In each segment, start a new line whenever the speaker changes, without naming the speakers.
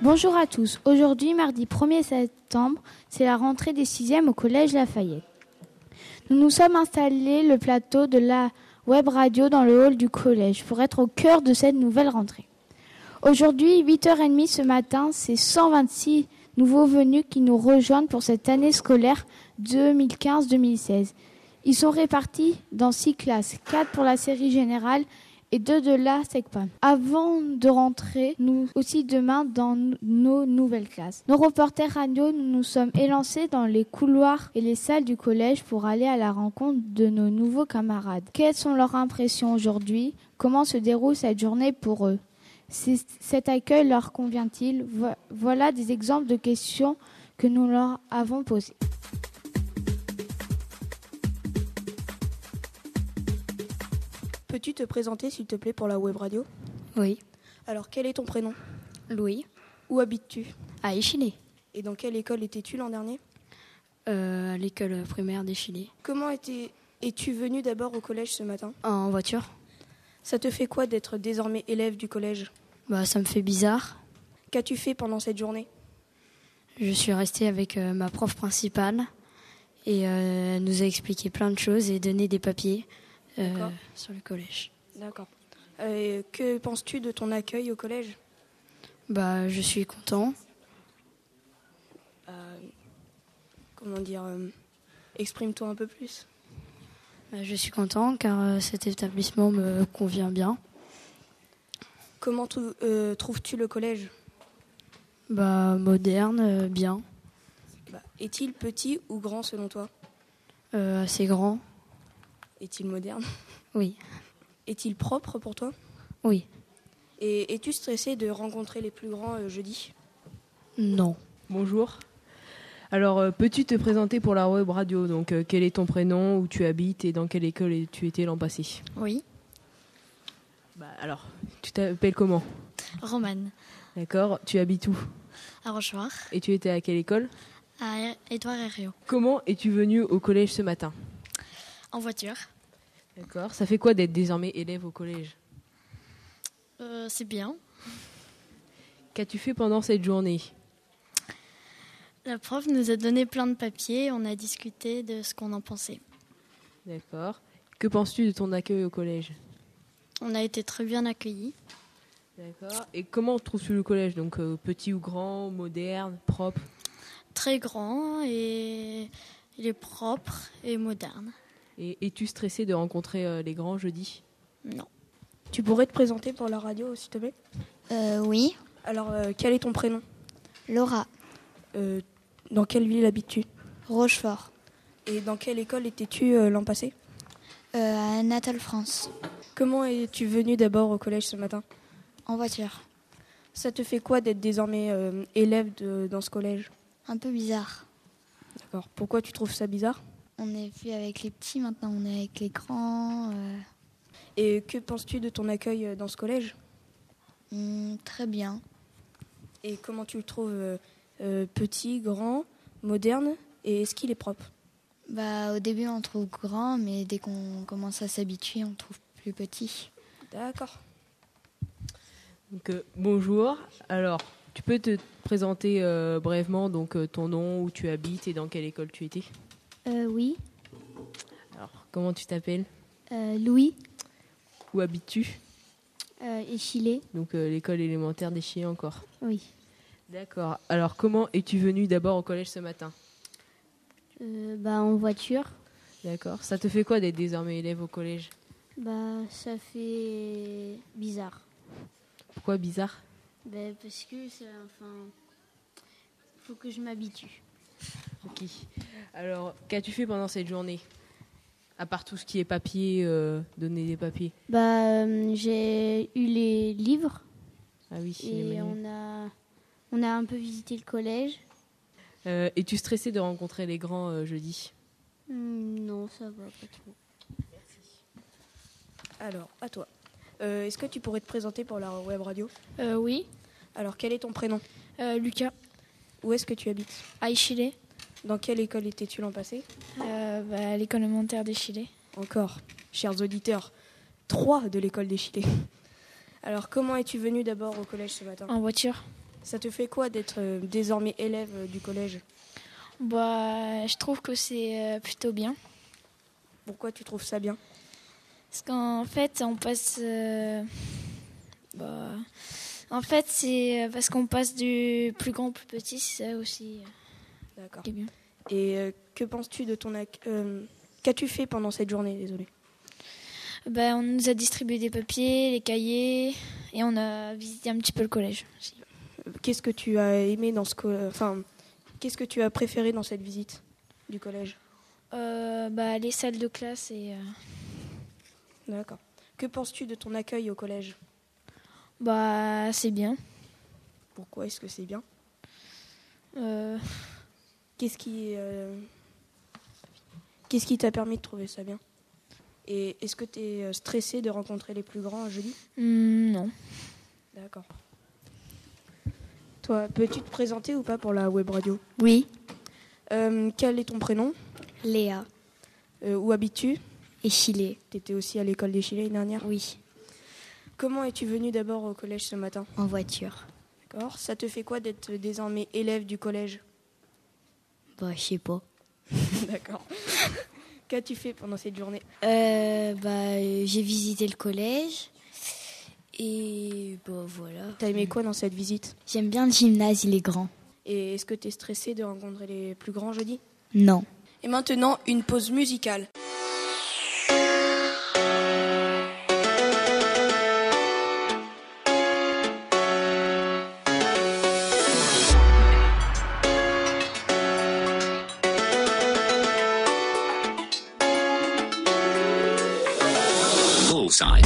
Bonjour à tous. Aujourd'hui, mardi 1er septembre, c'est la rentrée des sixièmes au Collège Lafayette. Nous nous sommes installés le plateau de la web radio dans le hall du collège pour être au cœur de cette nouvelle rentrée. Aujourd'hui, 8h30 ce matin, c'est 126 nouveaux venus qui nous rejoignent pour cette année scolaire 2015-2016. Ils sont répartis dans six classes, quatre pour la série générale et deux de la SECPAM. Avant de rentrer, nous aussi demain dans nos nouvelles classes. Nos reporters radio, nous nous sommes élancés dans les couloirs et les salles du collège pour aller à la rencontre de nos nouveaux camarades. Quelles sont leurs impressions aujourd'hui Comment se déroule cette journée pour eux Cet accueil leur convient-il Voilà des exemples de questions que nous leur avons posées.
Peux-tu te présenter, s'il te plaît, pour la web radio
Oui.
Alors, quel est ton prénom
Louis.
Où habites-tu
À Échillé.
Et dans quelle école étais-tu l'an dernier
Euh, à l'école primaire d'Échillé.
Comment étais- es-tu venu d'abord au collège ce matin
En voiture
Ça te fait quoi d'être désormais élève du collège
Bah, ça me fait bizarre.
Qu'as-tu fait pendant cette journée
Je suis restée avec euh, ma prof principale et euh, elle nous a expliqué plein de choses et donné des papiers euh,
D'accord.
sur le collège.
D'accord. Euh, que penses-tu de ton accueil au collège
Bah, je suis content.
Euh, Comment dire euh, Exprime-toi un peu plus.
Bah, je suis content car euh, cet établissement me convient bien.
Comment trou- euh, trouves-tu le collège
Bah, moderne, euh, bien,
Bah, Est-il petit ou grand selon toi
euh, assez grand.
Est-il moderne
Oui,
Est-il propre pour toi
oui,
Et es-tu stressé de rencontrer les plus grands euh, jeudi
non.
Bonjour. Alors, euh, peux-tu te présenter pour la web radio Donc, euh, quel est ton prénom, où tu habites et dans quelle école tu étais l'an passé
Oui,
Bah, alors, tu t'appelles comment
Romane,
D'accord. Tu habites où
à Rochefort,
Et tu étais à quelle école
à Er- Édouard Herriot,
Comment es-tu venu au collège ce matin
en voiture.
D'accord. Ça fait quoi d'être désormais élève au collège
Euh, c'est bien.
Qu'as-tu fait pendant cette journée
La prof nous a donné plein de papiers, on a discuté de ce qu'on en pensait.
D'accord. Que penses-tu de ton accueil au collège
On a été très bien accueillis.
D'accord. Et comment trouves-tu le collège Donc, euh, petit ou grand, moderne, propre
Très grand et il est propre et moderne.
Et es-tu stressé de rencontrer euh, les grands jeudi
Non.
Tu pourrais te présenter pour la radio, s'il te plaît
Euh, oui,
Alors, euh, quel est ton prénom
Laura,
Euh, Dans quelle ville habites-tu
Rochefort,
Et dans quelle école étais-tu euh, l'an passé
euh, à Natal France,
Comment es-tu venu d'abord au collège ce matin
en voiture.
Ça te fait quoi d'être désormais euh, élève de- dans ce collège
Un peu bizarre.
D'accord. Pourquoi tu trouves ça bizarre
On est plus avec les petits, maintenant on est avec les grands. euh,
Et que penses-tu de ton accueil euh, dans ce collège
hum, très bien.
Et comment tu le trouves euh, euh, petit, grand, moderne Et est-ce qu'il est propre
Bah, au début on trouve grand, mais dès qu'on commence à s'habituer, on trouve plus petit.
D'accord.
Donc, euh, bonjour. Alors, tu peux te présenter euh, brèvement donc euh, ton nom, où tu habites et dans quelle école tu étais
Euh, oui,
Alors, comment tu t'appelles
Euh, Louis,
Où habites-tu
euh, et Chilé,
Donc, euh, l'école élémentaire des Chiens encore.
oui.
D'accord. Alors, comment es-tu venu d'abord au collège ce matin
Euh, bah, en voiture,
D'accord. Ça te fait quoi d'être désormais élève au collège
bah, ça fait bizarre.
Pourquoi bizarre
Bah, parce que, ça, enfin, faut que je m'habitue.
Ok. Alors, qu'as-tu fait pendant cette journée À part tout ce qui est papier, euh, donner des papiers.
Bah, euh, j'ai eu les livres
Ah oui, c'est les
et
manuels.
on a, on a un peu visité le collège.
Euh, Es-tu stressé de rencontrer les grands euh, jeudi
Hum, non, ça va pas trop.
Alors, à toi. Euh, Est-ce que tu pourrais te présenter pour la web radio
Euh, oui,
Alors, quel est ton prénom
Euh, Lucas,
Où est-ce que tu habites
à Échillé,
Dans quelle école étais-tu l'an passé
euh, bah, à l'école élémentaire d'Échillé.
Encore, chers auditeurs, trois de l'école des Chilés. Alors, comment es-tu venu d'abord au collège ce matin
En voiture,
Ça te fait quoi d'être euh, désormais élève euh, du collège
Bah, je trouve que c'est euh, plutôt bien.
Pourquoi tu trouves ça bien
Parce qu'en fait, on passe. euh, bah, en fait, c'est euh, parce qu'on passe du plus grand au plus petit, c'est ça aussi euh,
D'accord.
qui est bien.
Et euh, que penses-tu de ton ac- euh, Qu'as-tu fait pendant cette journée Désolé.
Bah, on nous a distribué des papiers, les cahiers, et on a visité un petit peu le collège. aussi.
Qu'est-ce que tu as aimé dans ce co- enfin qu'est-ce que tu as préféré dans cette visite du collège
Euh, bah, les salles de classe et. euh,
D'accord. Que penses-tu de ton accueil au collège
bah, c'est bien.
Pourquoi est-ce que c'est bien
Euh,
Qu'est-ce qui euh, qu'est-ce qui t'a permis de trouver ça bien Et est-ce que tu es stressé de rencontrer les plus grands jeudi
hmm, non.
D'accord. Toi, peux-tu te présenter ou pas pour la web radio
Oui,
Euh, Quel est ton prénom
Léa
Euh, Où habites-tu
et Chilé.
Tu étais aussi à l'école des Chili l'année dernière.
Oui,
Comment es-tu venu d'abord au collège ce matin
en voiture.
D'accord. Ça te fait quoi d'être désormais élève du collège
Bah, je sais pas.
D'accord. Qu'as-tu fait pendant cette journée
Euh, bah, euh, j'ai visité le collège. Et bah voilà.
T'as aimé quoi dans cette visite
J'aime bien le gymnase, il est grand.
Et est-ce que t'es stressé de rencontrer les plus grands jeudi
Non.
Et maintenant, une pause musicale.
Bullseye.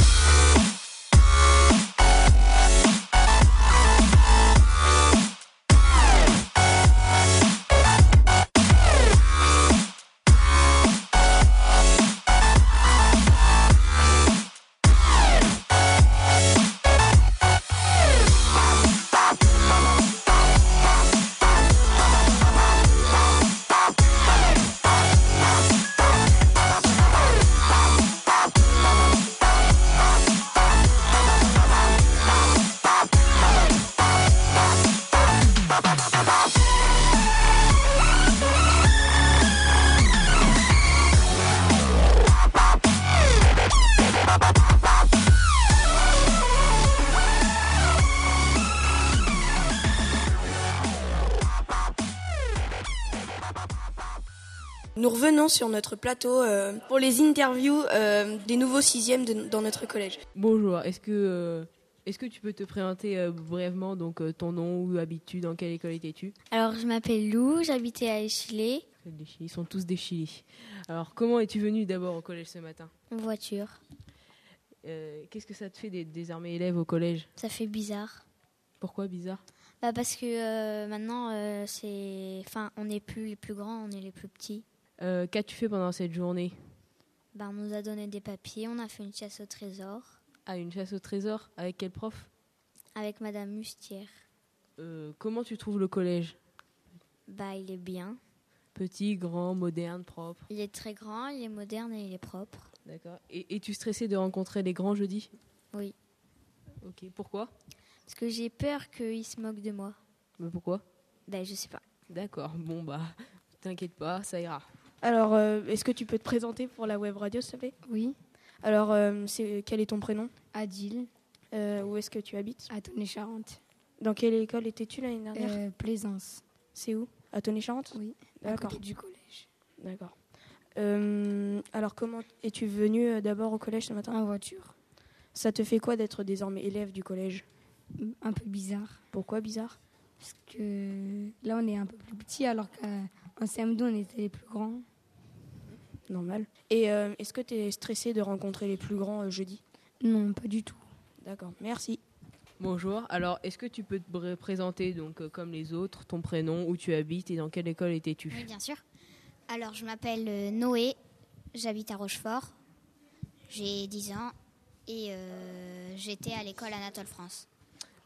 Nous revenons sur notre plateau euh, pour les interviews euh, des nouveaux sixièmes de- dans notre collège.
Bonjour, est-ce que, euh, est-ce que tu peux te présenter euh, brièvement donc, euh, ton nom, où habites-tu, dans quelle école étais-tu
Alors, je m'appelle Lou, j'habitais à Échilé,
Des Chili, Ils sont tous des Chili. Alors, comment es-tu venu d'abord au collège ce matin
en voiture.
Euh, Qu'est-ce que ça te fait des, des armées élèves au collège
Ça fait bizarre.
Pourquoi bizarre
Bah parce que euh, maintenant, euh, c'est, enfin, on n'est plus les plus grands, on est les plus petits.
Euh, Qu'as-tu fait pendant cette journée
Bah, on nous a donné des papiers, on a fait une chasse au trésor
À une chasse au trésor Avec quel prof
avec Madame Mustière.
Euh, Comment tu trouves le collège
Bah, il est bien.
Petit, grand, moderne, propre.
Il est très grand, il est moderne et il est propre.
D'accord. Et es-tu stressé de rencontrer les grands jeudi
Oui.
Ok, pourquoi
Parce que j'ai peur qu'il se moque de moi.
Mais Pourquoi
Bah, je sais pas.
D'accord, bon bah, t'inquiète pas, ça ira.
Alors, euh, est-ce que tu peux te présenter pour la web radio, s'il te plaît
Oui,
Alors, euh, c'est- quel est ton prénom
Adil,
Euh, Où est-ce que tu habites
à Tonnet-Charente,
Dans quelle école étais-tu l'année dernière
euh, Plaisance,
C'est où À Tonnet-Charente
Oui, à
D'accord.
côté du collège,
D'accord. Euh, alors, comment es-tu venu euh, d'abord au collège ce matin
en voiture.
Ça te fait quoi d'être désormais élève du collège
Un peu bizarre,
Pourquoi bizarre
parce que là on est un peu plus petit, alors qu'en CM2 on était les plus grands.
Normal. Et euh, est-ce que tu es stressé de rencontrer les plus grands euh, jeudi
Non, pas du tout.
D'accord, merci.
Bonjour, alors est-ce que tu peux te bré- présenter donc euh, comme les autres ton prénom, où tu habites et dans quelle école étais-tu
Oui, bien sûr. Alors, je m'appelle euh, Noé, j'habite à Rochefort, j'ai 10 ans et euh, j'étais à l'école Anatole France.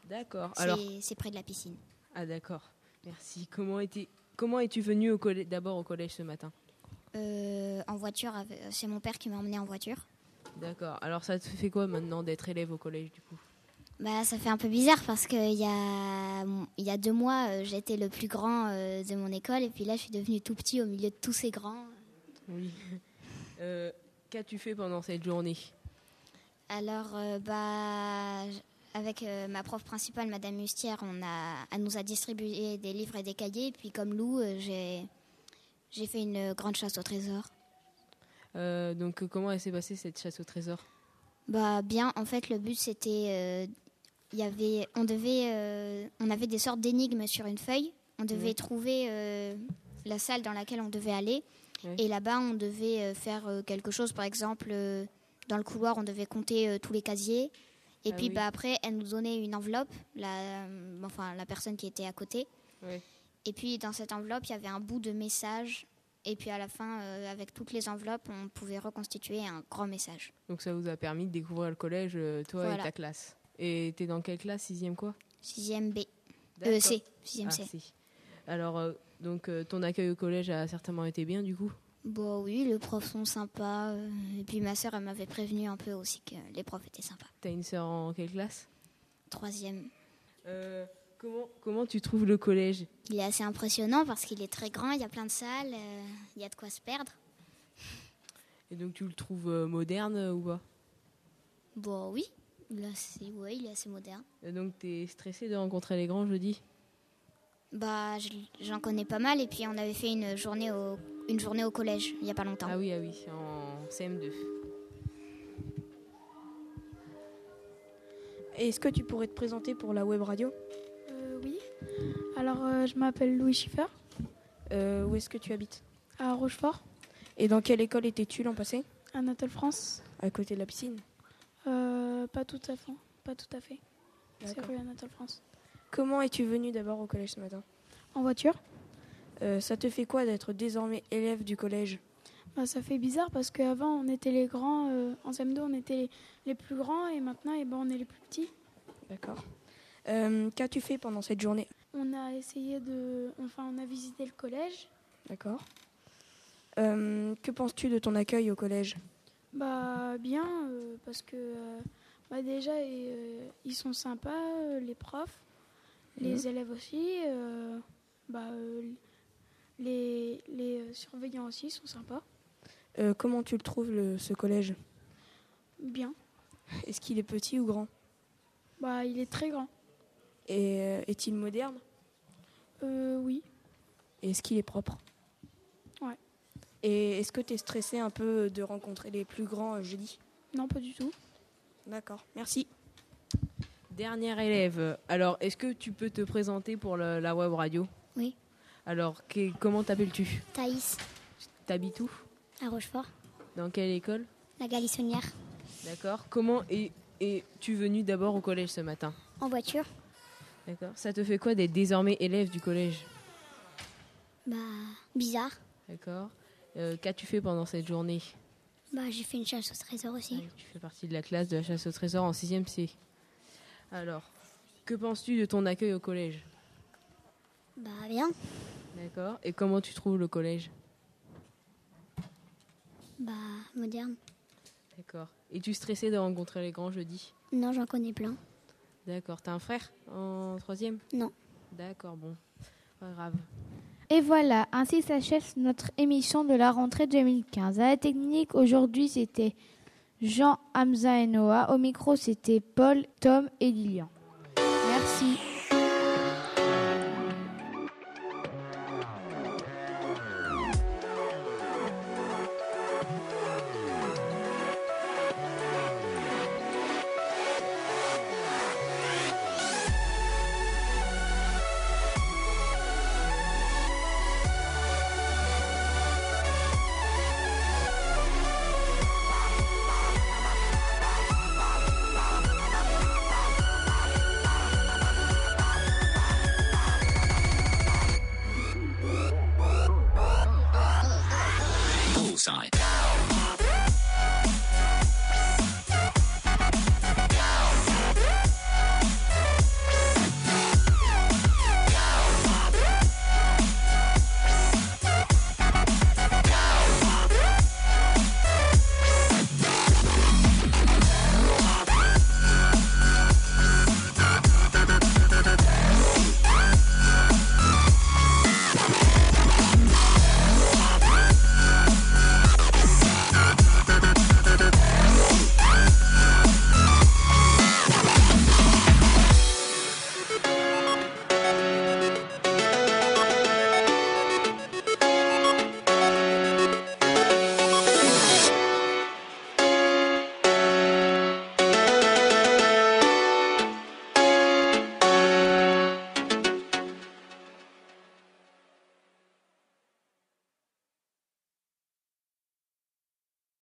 D'accord,
C'est-
alors.
C'est près de la piscine.
Ah d'accord, merci. Comment, étais- Comment es-tu venu au collè- d'abord au collège ce matin
Euh, en voiture, avec- c'est mon père qui m'a emmené en voiture.
D'accord, alors ça te fait quoi maintenant d'être élève au collège du coup
Bah, ça fait un peu bizarre parce qu'il y a, il y a deux mois, euh, j'étais le plus grand euh, de mon école et puis là, je suis devenu tout petit au milieu de tous ces grands.
Oui. Euh, Qu'as-tu fait pendant cette journée
Alors, euh, bah, j- avec euh, ma prof principale, Madame Mustière, on a, elle nous a distribué des livres et des cahiers. Et puis, comme Lou, euh, j'ai j'ai fait une euh, grande chasse au trésor.
Euh, Donc, euh, comment elle s'est passée cette chasse au trésor
Bah bien, en fait, le but c'était, euh, il y avait, on devait, euh, on avait des sortes d'énigmes sur une feuille. On devait
Mhm.
trouver euh, la salle dans laquelle on devait aller,
Ouais.
et là-bas on devait euh, faire euh, quelque chose. Par exemple, euh, dans le couloir, on devait compter euh, tous les casiers. Et
Ah
puis
oui.
bah après, elle nous donnait une enveloppe, la, enfin la personne qui était à côté. Et puis dans cette enveloppe, il y avait un bout de message. Et puis à la fin, euh, avec toutes les enveloppes, on pouvait reconstituer un grand message.
Donc, ça vous a permis de découvrir le collège, euh, toi
Voilà.
et ta classe. Et t'es dans quelle classe Sixième quoi
6e B. Euh,
D'accord.
C. 6e
Ah,
C.
si. Alors, euh, donc, euh, ton accueil au collège a certainement été bien, du coup
Bon, oui, les profs sont sympas. euh, Et puis ma sœur, elle m'avait prévenu un peu aussi que les profs étaient sympas.
T'as une sœur en quelle classe
Troisième.
Euh, comment, comment tu trouves le collège
Il est assez impressionnant parce qu'il est très grand, il y a plein de salles, euh, il y a de quoi se perdre.
Et donc, tu le trouves euh, moderne euh, ou pas
Bon, oui, là, c'est, ouais, il est assez moderne.
Et Euh, Donc, t'es stressé de rencontrer les grands jeudi
Bah, je- j'en connais pas mal. Et puis on avait fait une journée au, une journée au collège il y a pas longtemps.
Ah oui, ah oui, en CM2.
Et Est-ce que tu pourrais te présenter pour la web radio
Euh, Oui. Alors, euh, je m'appelle Louis Schiffer
Euh, Où est-ce que tu habites
à Rochefort,
Et dans quelle école étais-tu l'an passé
à Natal France.
À côté de la piscine.
Euh, pas tout à fait. Pas tout à fait. C'est
D'accord.
rue à Natal France.
Comment es-tu venu d'abord au collège ce matin
En voiture.
Euh, ça te fait quoi d'être désormais élève du collège
Bah, ça fait bizarre parce qu'avant, on était les grands. euh, en CM2, on était les, les plus grands et maintenant, eh ben, on est les plus petits.
D'accord. Euh, Qu'as-tu fait pendant cette journée
On a essayé de. Enfin, on a visité le collège.
D'accord. Euh, que penses-tu de ton accueil au collège
Bah bien, euh, parce que euh, bah, déjà et, euh, ils sont sympas, euh, les profs, les
Mhm.
élèves aussi, euh, bah, euh, les, les euh, surveillants aussi sont sympas.
Euh, Comment tu le trouves, le- ce collège
Bien.
Est-ce qu'il est petit ou grand
Bah il est très grand.
Et euh, est-il moderne
Euh, oui.
Et est-ce qu'il est propre
Ouais.
Et est-ce que tu es stressé un peu de rencontrer les plus grands euh, jeudi
Non, pas du tout.
D'accord, merci.
Dernière élève, alors est-ce que tu peux te présenter pour le- la web radio
Oui.
Alors, que- comment t'appelles-tu
Thaïs,
T'habites où
à Rochefort,
Dans quelle école
la galissonnière,
D'accord. Comment es- es-tu venu d'abord au collège ce matin
en voiture.
D'accord. Ça te fait quoi d'être désormais élève du collège
Bah, bizarre.
D'accord. Euh, Qu'as-tu fait pendant cette journée Ah
Bah, j'ai fait une chasse au trésor aussi.
Tu fais partie de la classe de la chasse au trésor en 6e C. Alors, que penses-tu de ton accueil au collège
Bah, bien.
D'accord. Et comment tu trouves le collège
Bah, moderne.
D'accord. Es-tu stressé de rencontrer les grands jeudi
Non, j'en connais plein.
D'accord. T'as un frère en troisième
Non.
D'accord, bon. Pas grave.
Et voilà, ainsi s'achève notre émission de la rentrée 2015. À la technique, aujourd'hui, c'était Jean, Hamza et Noah. Au micro, c'était Paul, Tom et Lilian.